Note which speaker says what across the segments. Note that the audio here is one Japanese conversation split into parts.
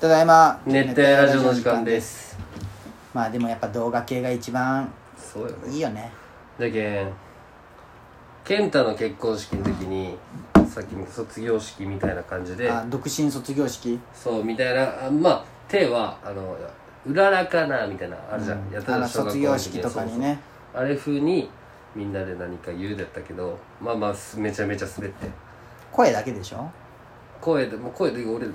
Speaker 1: ただいま
Speaker 2: 熱帯ラジオの時間です
Speaker 1: まあでもやっぱ動画系が一番
Speaker 2: そうよね
Speaker 1: いいよね
Speaker 2: だけん健太の結婚式の時にさっきの卒業式みたいな感じで
Speaker 1: あ独身卒業式
Speaker 2: そうみたいなあまあ手はあのうららかなみたいなあるじゃん、やっ
Speaker 1: あ
Speaker 2: たら
Speaker 1: の卒業式とかにね
Speaker 2: あれ風にみんなで何か言うだったけどまあまあすめちゃめちゃ滑って
Speaker 1: 声だけでしょ
Speaker 2: 声でもう声で俺、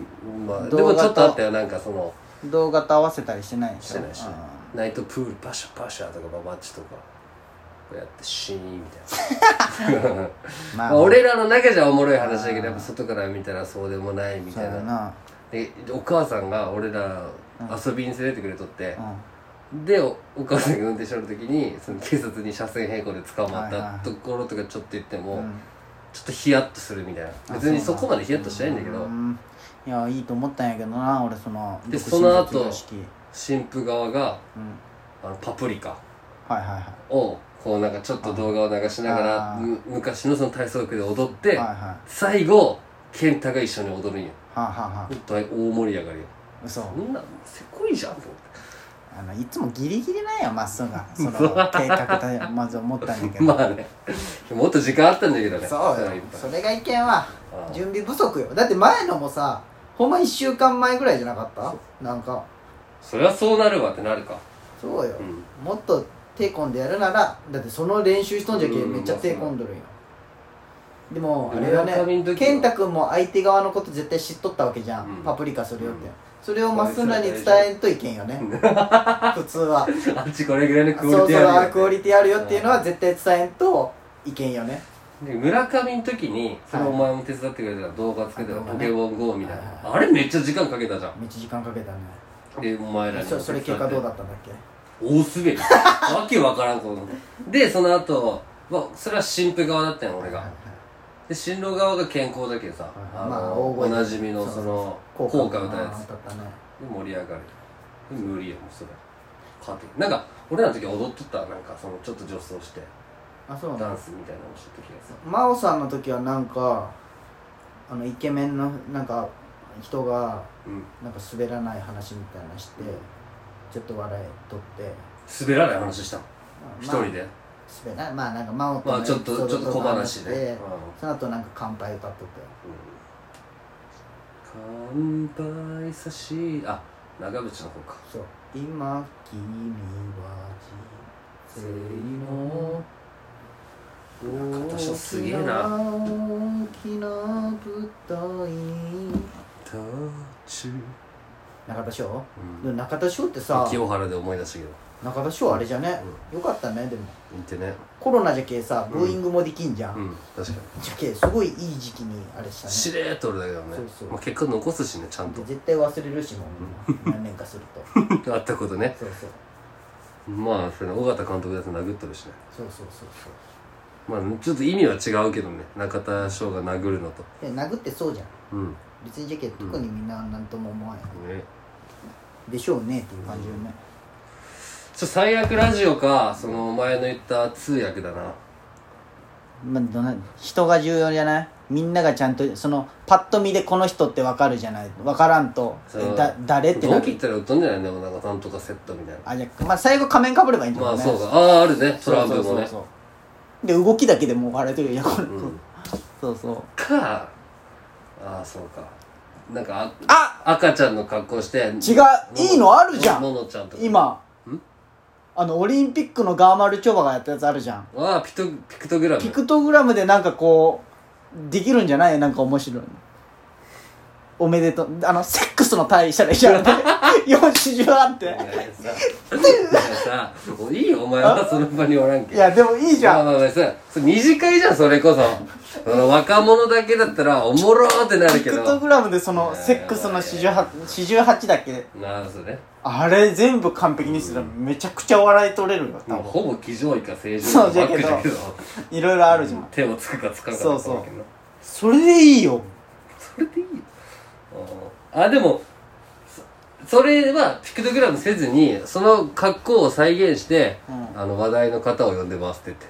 Speaker 2: まあ、で
Speaker 1: 動画
Speaker 2: も
Speaker 1: と
Speaker 2: ちょっとあったよなんかその
Speaker 1: 動画と合わせたりしてないでしょ
Speaker 2: してないしないナイトプールパシャパシャとかババッチとかこうやってシーンみたいな
Speaker 1: うんま
Speaker 2: ま
Speaker 1: あ
Speaker 2: あ俺らの中じゃおもろい話だけどやっぱ外から見たらそうでもないみ
Speaker 1: そ
Speaker 2: た
Speaker 1: う
Speaker 2: い
Speaker 1: や
Speaker 2: な
Speaker 1: な
Speaker 2: でお母さんが俺ら遊びに連れてくれとって
Speaker 1: う、ん
Speaker 2: でおお母さんが運転してる時にその警察に車線変更で捕まっ
Speaker 1: はい
Speaker 2: た
Speaker 1: はい
Speaker 2: ところとかちょっと言っても、
Speaker 1: うん
Speaker 2: ちょっとヒヤッとするみたいな別にそこまでヒヤッとしないんだけど、
Speaker 1: うんいやいいと思ったんやけどな俺その
Speaker 2: で
Speaker 1: 独身
Speaker 2: その後
Speaker 1: 卒業式うん
Speaker 2: 新婦側があのパプリカ
Speaker 1: はいはいはい
Speaker 2: をこうなんかちょっと動画を流しながら
Speaker 1: あー
Speaker 2: む昔のその体操服で踊って、
Speaker 1: はいはい
Speaker 2: 最後健太が一緒に踊るんよ
Speaker 1: はあ、はあはあ
Speaker 2: ほんと大盛り上がりよ
Speaker 1: 嘘
Speaker 2: そんなんせこいじゃんと思っ
Speaker 1: あのいつもギリギリなんやまっすぐがその計画だまず思ったんだけ
Speaker 2: て
Speaker 1: ど、
Speaker 2: まあねもっと時間あったんだけどね
Speaker 1: そう
Speaker 2: れはい
Speaker 1: よ
Speaker 2: っぱい
Speaker 1: それがいけんわ
Speaker 2: あー
Speaker 1: 準備不足よだって前のもさほんま1週間前ぐらいじゃなかったなんか
Speaker 2: そりゃそうなるわってなるか
Speaker 1: そうよ、
Speaker 2: うん
Speaker 1: もっと手込んでやるならだってその練習しとんじゃけ
Speaker 2: う
Speaker 1: ん
Speaker 2: ん
Speaker 1: めっちゃ手込んどるんよでもあ
Speaker 2: で
Speaker 1: れは
Speaker 2: 村上の
Speaker 1: ね
Speaker 2: 時は
Speaker 1: 健太君も相手側のこと絶対知っとったわけじゃん、
Speaker 2: うん
Speaker 1: パプリカするよって、
Speaker 2: うん
Speaker 1: それをまっすぐらに伝えんといけん よね普通は
Speaker 2: あっちこれぐらいの クオ
Speaker 1: そう
Speaker 2: リテ
Speaker 1: そ
Speaker 2: ィ
Speaker 1: う
Speaker 2: あるよ
Speaker 1: あクオリティあるよっていうのは絶対伝えんといけんよね
Speaker 2: で村上の時にそれお前も手伝ってくれた動画作ってた
Speaker 1: はい
Speaker 2: ポケモン GO みたい
Speaker 1: はいはい
Speaker 2: なあれめっちゃ時間かけたじゃん
Speaker 1: めっちゃ時間かけたね
Speaker 2: でお前らに
Speaker 1: そそれ結果どうだったんだっけ
Speaker 2: 大滑りわけわからんことでその後まあそれは新婦側だったよ俺がで新郎側が健康だけどさ
Speaker 1: はい
Speaker 2: あ
Speaker 1: まあ
Speaker 2: の
Speaker 1: 大
Speaker 2: お
Speaker 1: 声で
Speaker 2: なじみの
Speaker 1: そうそ
Speaker 2: そうの
Speaker 1: 効
Speaker 2: 効
Speaker 1: 果
Speaker 2: 果歌うやつ
Speaker 1: だったね
Speaker 2: で盛り上がるで無理やもうそれ勝てなんか俺らの時踊っとったなんかそのちょっと女装して
Speaker 1: あそう
Speaker 2: ダ
Speaker 1: な
Speaker 2: ンスみたいなのしとった気がする
Speaker 1: 真央さんの時はなんかあのイケメンのなんか人が
Speaker 2: うん
Speaker 1: なんか滑らない話みたいなしてちょっと笑いとって
Speaker 2: 滑らない話したの一
Speaker 1: まあ
Speaker 2: 人で
Speaker 1: 滑らないまあなんか真央と
Speaker 2: ま
Speaker 1: の
Speaker 2: あちょっと
Speaker 1: エピ
Speaker 2: ち
Speaker 1: ソ
Speaker 2: ょっ
Speaker 1: ー
Speaker 2: と
Speaker 1: ド
Speaker 2: 小
Speaker 1: か
Speaker 2: 話
Speaker 1: して
Speaker 2: で
Speaker 1: その後なんか乾杯歌っとって
Speaker 2: うん乾杯さしあ長渕の方か
Speaker 1: そう今君は人生の
Speaker 2: 片足すげえな
Speaker 1: 大きな舞台
Speaker 2: タチ
Speaker 1: 中田翔、でも中田翔ってさ
Speaker 2: 清原で思い出したけど
Speaker 1: 中田翔あれじゃね、よかったねでも
Speaker 2: 見てね
Speaker 1: コロナじゃけさ
Speaker 2: うん
Speaker 1: ブーイングもできんじゃん、
Speaker 2: うん確か
Speaker 1: じゃけすごいいい時期にあれした
Speaker 2: に
Speaker 1: ね
Speaker 2: しれーっと俺だけどね
Speaker 1: そうそう
Speaker 2: まあ、結果残すしねちゃんと
Speaker 1: で絶対忘れるしもうみんな何年かする と
Speaker 2: あったことね
Speaker 1: そうそう
Speaker 2: まあそれ尾形監督だって殴っとるしね
Speaker 1: そうそうそうそ
Speaker 2: まあちょっと意味は違うけどね中田翔が殴るのと
Speaker 1: うで殴ってそうじゃん
Speaker 2: うんね
Speaker 1: 別にじゃけ特にみんな何とも思わんよ、でしょうねっていう感じよね、
Speaker 2: ちょ最悪ラジオかそのお前の言った通訳だな
Speaker 1: まあ、どんな人が重要じゃないみんながちゃんとそのパッと見でこの人って分かるじゃない分からんと
Speaker 2: そう
Speaker 1: えだ誰ってな
Speaker 2: ドン
Speaker 1: る
Speaker 2: キ行ったら売っとんじゃないでもなんかなんとかセットみたいな
Speaker 1: あじゃあ、まあ、最後仮面かぶればいいんじゃな
Speaker 2: ま
Speaker 1: い、
Speaker 2: あそうかあああるねトランプ
Speaker 1: そ
Speaker 2: も
Speaker 1: う
Speaker 2: ね
Speaker 1: そうそうで動きだけでもう笑えてるよいやこれ、
Speaker 2: うん
Speaker 1: そうそう
Speaker 2: かああそうかなんかあ
Speaker 1: あ
Speaker 2: 赤ちゃんの格好して
Speaker 1: 違ういいのあるじゃん
Speaker 2: ののちゃんとか
Speaker 1: 今あのオリンピックのガーマルチョバがやったやつあるじゃん
Speaker 2: ああピトピクトグラム
Speaker 1: ピクトグラムでなんかこうできるんじゃないなんか面白いのおめでとうあのセックスの対したらいいじゃん 40あって
Speaker 2: いやさいやさもういいよお前はその場におらんけ
Speaker 1: いやでもいいじ
Speaker 2: まあ
Speaker 1: ゃん
Speaker 2: まあまあさそれ短いじゃんそれこそその若者だけだったらおもろーってなる
Speaker 1: ピ
Speaker 2: け
Speaker 1: ク
Speaker 2: ど
Speaker 1: トグラムでそ
Speaker 2: い
Speaker 1: の
Speaker 2: やいや
Speaker 1: セックスの48 48だっけ
Speaker 2: なあそうね
Speaker 1: あれ全部完璧にしてたらめちゃくちゃ笑い取れるよ多
Speaker 2: もう
Speaker 1: 分
Speaker 2: ほぼ騎乗位か正常位かばっかりだけど
Speaker 1: いろいろあるじゃん
Speaker 2: 手をつくかつかんか
Speaker 1: そう
Speaker 2: と
Speaker 1: そう
Speaker 2: かだけどな
Speaker 1: それでいいよ
Speaker 2: それでいいよあでもそそれはピクトグラムせずにその格好を再現して、
Speaker 1: うん
Speaker 2: あの話題の方を呼んでますって言って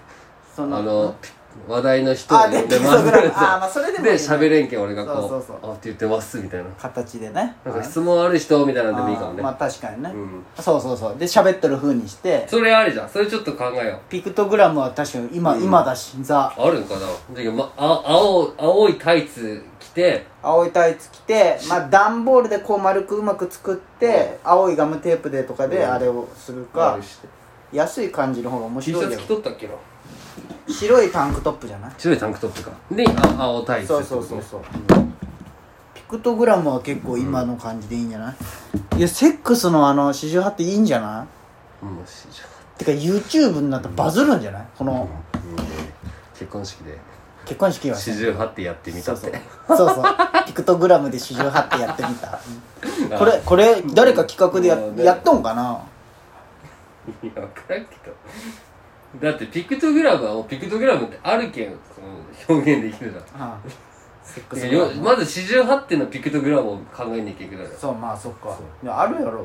Speaker 1: そ
Speaker 2: あ
Speaker 1: の
Speaker 2: のピ話題の人
Speaker 1: あで
Speaker 2: で
Speaker 1: ピクトグラムあまあそれでもいいね
Speaker 2: 喋れんけん俺がこう
Speaker 1: そうそうそ
Speaker 2: あって言ってますみたいな
Speaker 1: 形でね
Speaker 2: なんか質問ある人みたいなんでもいいかも
Speaker 1: あー
Speaker 2: ね
Speaker 1: まあ確かにね、
Speaker 2: うん
Speaker 1: そうそうそうで喋ってる風にして
Speaker 2: それありじゃんそれちょっと考えよう
Speaker 1: ピクトグラムは確かに今、今だしザ
Speaker 2: あるんかなで、ま、あ青青いタイツ着て
Speaker 1: 青いタイツ着てまあ段ボールでこう丸くうまく作って、青いガムテープでとかであれをするか、安い感じの方が面
Speaker 2: T シ
Speaker 1: 白
Speaker 2: ャ
Speaker 1: い
Speaker 2: ツ
Speaker 1: よ
Speaker 2: 着とったっけな
Speaker 1: 白いタンクトップじゃない
Speaker 2: 白いタンクトップかであ青タイツ
Speaker 1: そうそうそうそう、ピクトグラムは結構今の感じでいいんじゃない、いやセックスのあの四十八っていいんじゃな
Speaker 2: うんもしじゃ
Speaker 1: いてか YouTube になったらバズるんじゃないこの
Speaker 2: あうん結婚式で
Speaker 1: 結婚式は
Speaker 2: 四十八ってやってみたって
Speaker 1: そうそうピクトグラムで四十八ってやってみた
Speaker 2: あ
Speaker 1: これこれ誰か企画でや,、
Speaker 2: うん
Speaker 1: やっとんかない
Speaker 2: や分からんけどだってピクトグラムはもうピクトグラムってあるけんその表現できるじゃん
Speaker 1: ああセックス
Speaker 2: い
Speaker 1: グラ
Speaker 2: やよ
Speaker 1: ム
Speaker 2: まず四十八点のピクトグラムを考えなきゃいけないじ
Speaker 1: そうまあそっかいやあるやろ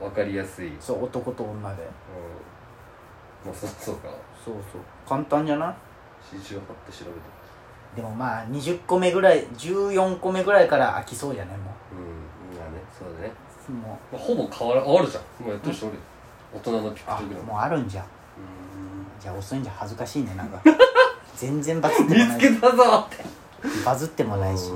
Speaker 2: ゃんわかりやすい、うん、
Speaker 1: そう男と女で
Speaker 2: まあそそうか
Speaker 1: そうそう簡単じゃない
Speaker 2: 四十八って調べて
Speaker 1: でもまあ20個目ぐらい14個目ぐらいから飽きそうじゃねも
Speaker 2: うんまあねそうだね
Speaker 1: うもう
Speaker 2: まあほぼ変わらあるじゃんもうやっとる人おるよ大人のピク
Speaker 1: あ
Speaker 2: トグラム
Speaker 1: もうあるんじゃんじゃあ遅いんじゃ恥ずかしいねなん か全然バズっても
Speaker 2: 見
Speaker 1: な
Speaker 2: つ
Speaker 1: い
Speaker 2: け
Speaker 1: した
Speaker 2: ぞって
Speaker 1: バズってもないし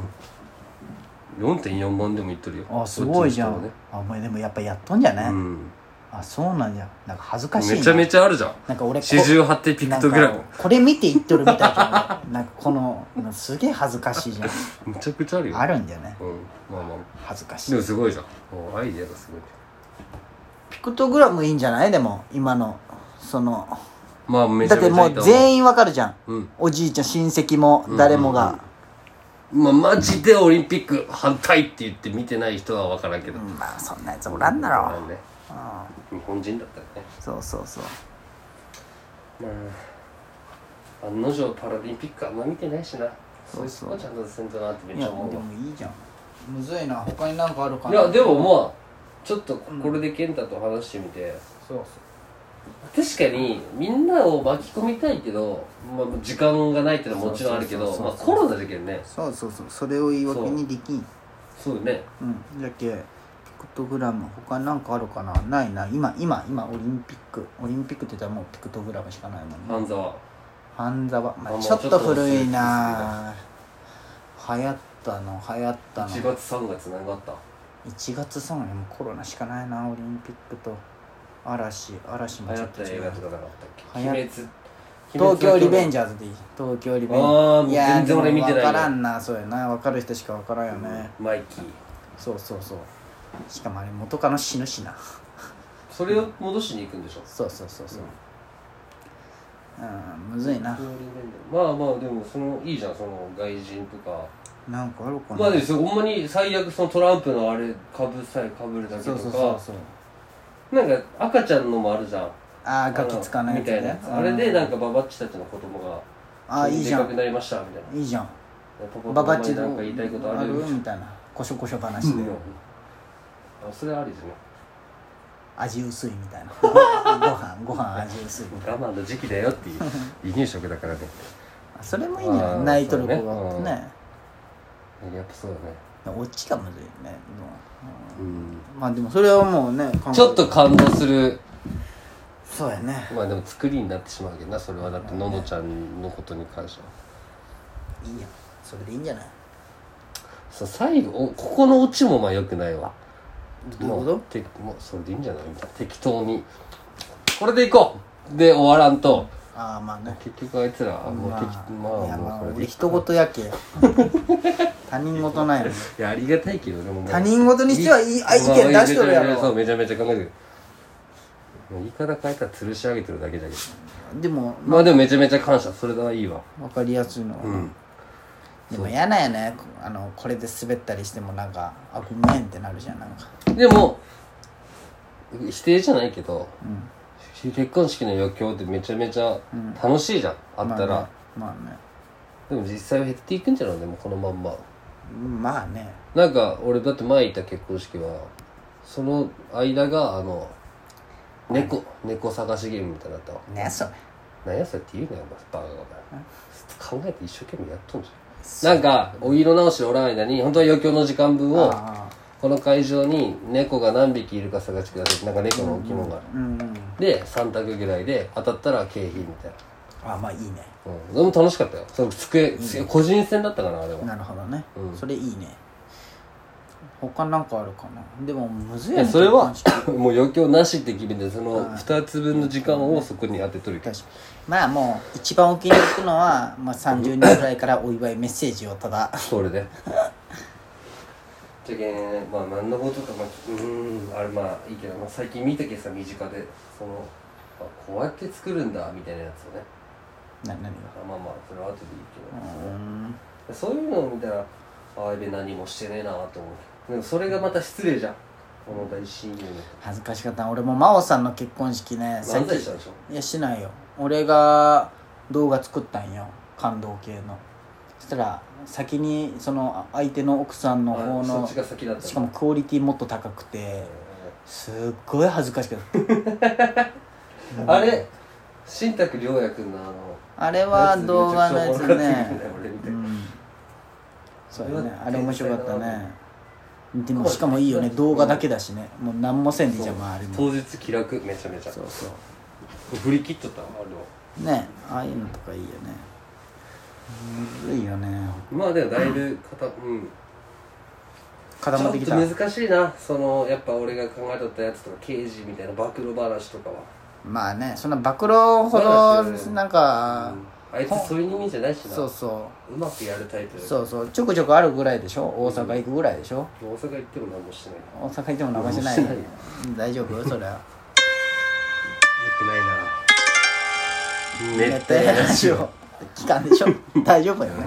Speaker 2: 4.4万でもいっとるよ
Speaker 1: あすごいじゃ
Speaker 2: こっち
Speaker 1: ん
Speaker 2: の
Speaker 1: あお前でもやっぱやっとんじゃね
Speaker 2: 人はねうん
Speaker 1: あそうなんじゃなんか恥ずかしいな
Speaker 2: めちゃめちゃあるじゃん
Speaker 1: なんか俺こ
Speaker 2: 四十八点ピクトグ
Speaker 1: な
Speaker 2: ラム
Speaker 1: んかこれ見て言っとるみたいじゃん なんかこのなんかすげえ恥ずかしいじゃん
Speaker 2: むちゃくちゃあるよ
Speaker 1: あるんだよね
Speaker 2: うんまあまあ
Speaker 1: 恥ずかし
Speaker 2: で
Speaker 1: い
Speaker 2: もすごいじゃんもうアイデアがすごい
Speaker 1: ピクトグラムいいんじゃないでも今のその
Speaker 2: まあめち
Speaker 1: だ
Speaker 2: ゃ
Speaker 1: っ
Speaker 2: めちゃ
Speaker 1: てもう
Speaker 2: 員
Speaker 1: 全員わかるじゃん
Speaker 2: うん
Speaker 1: おじいちゃん親戚も誰もが、
Speaker 2: まあマジでオリンピック反対って言って見てない人は分からんけど
Speaker 1: うんまあそんなやつおらんだろ、
Speaker 2: ね
Speaker 1: う
Speaker 2: 日本人だったらね
Speaker 1: ん、そうそうそう
Speaker 2: まあ案の定パラリンピックあんま見てないしな
Speaker 1: そ
Speaker 2: そうう
Speaker 1: そ
Speaker 2: そううちゃんとせんとなってめっ
Speaker 1: い
Speaker 2: ち
Speaker 1: や
Speaker 2: ゃ
Speaker 1: で
Speaker 2: 思
Speaker 1: も
Speaker 2: うわ
Speaker 1: いいじゃんむずいな他になんかあるか
Speaker 2: い
Speaker 1: ない
Speaker 2: やでもまあちょっとこれで健太と話してみて、
Speaker 1: そう
Speaker 2: 確かにみんなを巻き込みたいけど、まあ、時間がないってのはもちろんあるけ
Speaker 1: そう
Speaker 2: ど
Speaker 1: そうそ
Speaker 2: まあ
Speaker 1: うそう
Speaker 2: コロナだけどね
Speaker 1: そうそうそうそうそれを言い訳にできん
Speaker 2: そうね
Speaker 1: うんじゃけピクトグラム他なんかあるかなないな今今今オリンピックオリンピックって言ったらもうピクトグラムしかないもんね
Speaker 2: 半沢
Speaker 1: 半沢、ま
Speaker 2: あ
Speaker 1: あ、
Speaker 2: もう
Speaker 1: ちょっと古いな流行ったの流行ったの
Speaker 2: 1月3月何があった
Speaker 1: 1月3日もうコロナしかないなオリンピックと嵐嵐も
Speaker 2: 流
Speaker 1: ち
Speaker 2: 行
Speaker 1: ょっ
Speaker 2: っ
Speaker 1: と
Speaker 2: た
Speaker 1: 違
Speaker 2: 映
Speaker 1: う
Speaker 2: 画とかなかったっ
Speaker 1: 流行っ
Speaker 2: け鬼滅
Speaker 1: 東京リベン
Speaker 2: ジ
Speaker 1: ジャーズでいい東京リベンジャーズ
Speaker 2: あーもう
Speaker 1: いやー
Speaker 2: 全然俺見てない
Speaker 1: で
Speaker 2: よ
Speaker 1: も分からんなそうやな分かる人しか分からんよね、
Speaker 2: マイキー
Speaker 1: そうそうそうしかもあれ元カノ死ぬしな
Speaker 2: それを戻しに行くんでしょ
Speaker 1: そうそうそうそううん、むずいな
Speaker 2: 東京リベンジャーまあまあでもそのいいじゃんその外人とか
Speaker 1: なんかあるかな
Speaker 2: まあでもそれほんまに最悪そのトランプのあれかぶさえかぶるだけ
Speaker 1: そ
Speaker 2: と
Speaker 1: うそうそう
Speaker 2: か
Speaker 1: そう
Speaker 2: なんか赤ちゃんのもあるじゃん
Speaker 1: ああガキつかない
Speaker 2: みたいなやつあれでなんかババッチたちの子供が
Speaker 1: ああいいじゃ
Speaker 2: でかく
Speaker 1: ん
Speaker 2: なりましたみたい
Speaker 1: いいじゃん
Speaker 2: なパパ
Speaker 1: ババッチ
Speaker 2: なんか言いたいことある
Speaker 1: みたいなこしょこしょ話で、
Speaker 2: あそれありですね
Speaker 1: 味薄いみたいなご飯ご飯味薄いみたいな
Speaker 2: 我慢の時期だ よっていう離乳食だからね
Speaker 1: あそれもいいんじゃな
Speaker 2: あー
Speaker 1: い泣いとる子が
Speaker 2: そう
Speaker 1: ね
Speaker 2: ねやっぱそうだね
Speaker 1: オチがむずいよねでも
Speaker 2: うん
Speaker 1: うんまあでもそれはもうね考え
Speaker 2: ちょっと感動する
Speaker 1: そうやね
Speaker 2: まあでも作りになってしまうけどなそれはだってののちゃんのことに関してはい
Speaker 1: いやんそれでいいんじゃない
Speaker 2: さ最後おここのオチもまあよくないわ
Speaker 1: どういうこと
Speaker 2: もてもうそれでいいんじゃないみたいな適当にこれでいこうで終わらんと
Speaker 1: ああまあね
Speaker 2: 結局あいつらもう
Speaker 1: まあ
Speaker 2: 適まあ
Speaker 1: いや
Speaker 2: もう
Speaker 1: まあ
Speaker 2: これで
Speaker 1: 俺
Speaker 2: いい
Speaker 1: 人事やけ他人事なんやね
Speaker 2: いやありがたいけどでもまあ
Speaker 1: 他人事にしてはいいあ意見
Speaker 2: まあ
Speaker 1: 出しとるやろ
Speaker 2: めちゃめちゃそうめちゃめちゃ考えてるもう言い方変えたら吊るし上げてるだけじゃけど
Speaker 1: でもま
Speaker 2: まあでもめちゃめちゃ感謝それはいいわ
Speaker 1: あわかりやすいのは、
Speaker 2: うん
Speaker 1: でも嫌なんやねこあのこれで滑ったりしてもなんかあごめんってなるじゃんなんか
Speaker 2: でも否定じゃないけど
Speaker 1: うん
Speaker 2: 結婚式の余興ってめちゃめちゃ楽しいじゃん、あったら、
Speaker 1: まあね
Speaker 2: でも実際は減っていくんじゃないのでもこのまんま
Speaker 1: まあねまあね
Speaker 2: なんか俺だって前行った結婚式はその間があの猫、猫探しゲームみたいになったわ
Speaker 1: ねそれ
Speaker 2: 何やそれって言うなよお前バカがお前考えて一生懸命やっとんじゃんなんかお色直しおらん間に本当は余興の時間分を
Speaker 1: あ
Speaker 2: この会場に猫が何匹いるか探してくださいなんか猫の置物がある
Speaker 1: あうん
Speaker 2: で3択ぐらいで当たったら景品みたい
Speaker 1: あまあいいね
Speaker 2: なうんでも楽しかったよその机机個人戦だったかなあれは
Speaker 1: なるほどね、
Speaker 2: うん
Speaker 1: それいいね他なんかあるかなでもむずい
Speaker 2: いやそれはもう余興なしって決めてその2つ分の時間をそこに当てとるけど
Speaker 1: 確かにまあもう一番お気に入りのは、まあ、30人ぐらいからお祝いメッセージをただ
Speaker 2: それでじゃけんまあ何のことかまあうーんあれまあいいけど、まあ、最近見たけどさ身近でその、あ、こうやって作るんだみたいなやつをね
Speaker 1: な何が
Speaker 2: あまあまあそれは後でいいけ
Speaker 1: う
Speaker 2: ど、
Speaker 1: ーん
Speaker 2: そういうのを見たらああべ何もしてねえなと思うでもそれがまた失礼じゃんこの大親友の
Speaker 1: 恥ずかしかった俺も真央さんの結婚式ね最
Speaker 2: 漫
Speaker 1: 近
Speaker 2: 才したでしょ
Speaker 1: いやしないよ俺が動画作ったんよ感動系のそしたら先にその相手の奥さんの方
Speaker 2: あそっ
Speaker 1: の
Speaker 2: ちが先だった
Speaker 1: しかもクオリティもっと高くてすっごい恥ずかしか った
Speaker 2: あれ新宅亮也君のあの
Speaker 1: あれは動画のやつね、
Speaker 2: 俺見て
Speaker 1: うん、そうだねあれ面白かったねでもしかもいいよね動画だけだしねもう何もせんでいいじゃんまああれも
Speaker 2: 当日気楽めちゃめちゃ
Speaker 1: そうそう
Speaker 2: 振り切っとったあれは
Speaker 1: ねああいうのとかいいよねむずいよね
Speaker 2: まあでもだいぶ固うん
Speaker 1: 固まってき
Speaker 2: ち
Speaker 1: た
Speaker 2: ょっと難しいなそのやっぱ俺が考えとったやつとか刑事みたいな暴露話とかは
Speaker 1: まあねそんな暴露ほどなんか
Speaker 2: うんあいつそういう人間じゃないしな
Speaker 1: そうそう
Speaker 2: まくやるタイプ
Speaker 1: う
Speaker 2: だよ
Speaker 1: そうそうちょくちょくあるぐらいでしょ大阪行くぐらいでしょ
Speaker 2: 大阪行っても何もしてないよ
Speaker 1: 大阪行っても流してない
Speaker 2: うんしてないよ
Speaker 1: 大丈夫それは
Speaker 2: くないな
Speaker 1: やったやつを期間でしょ大丈夫よね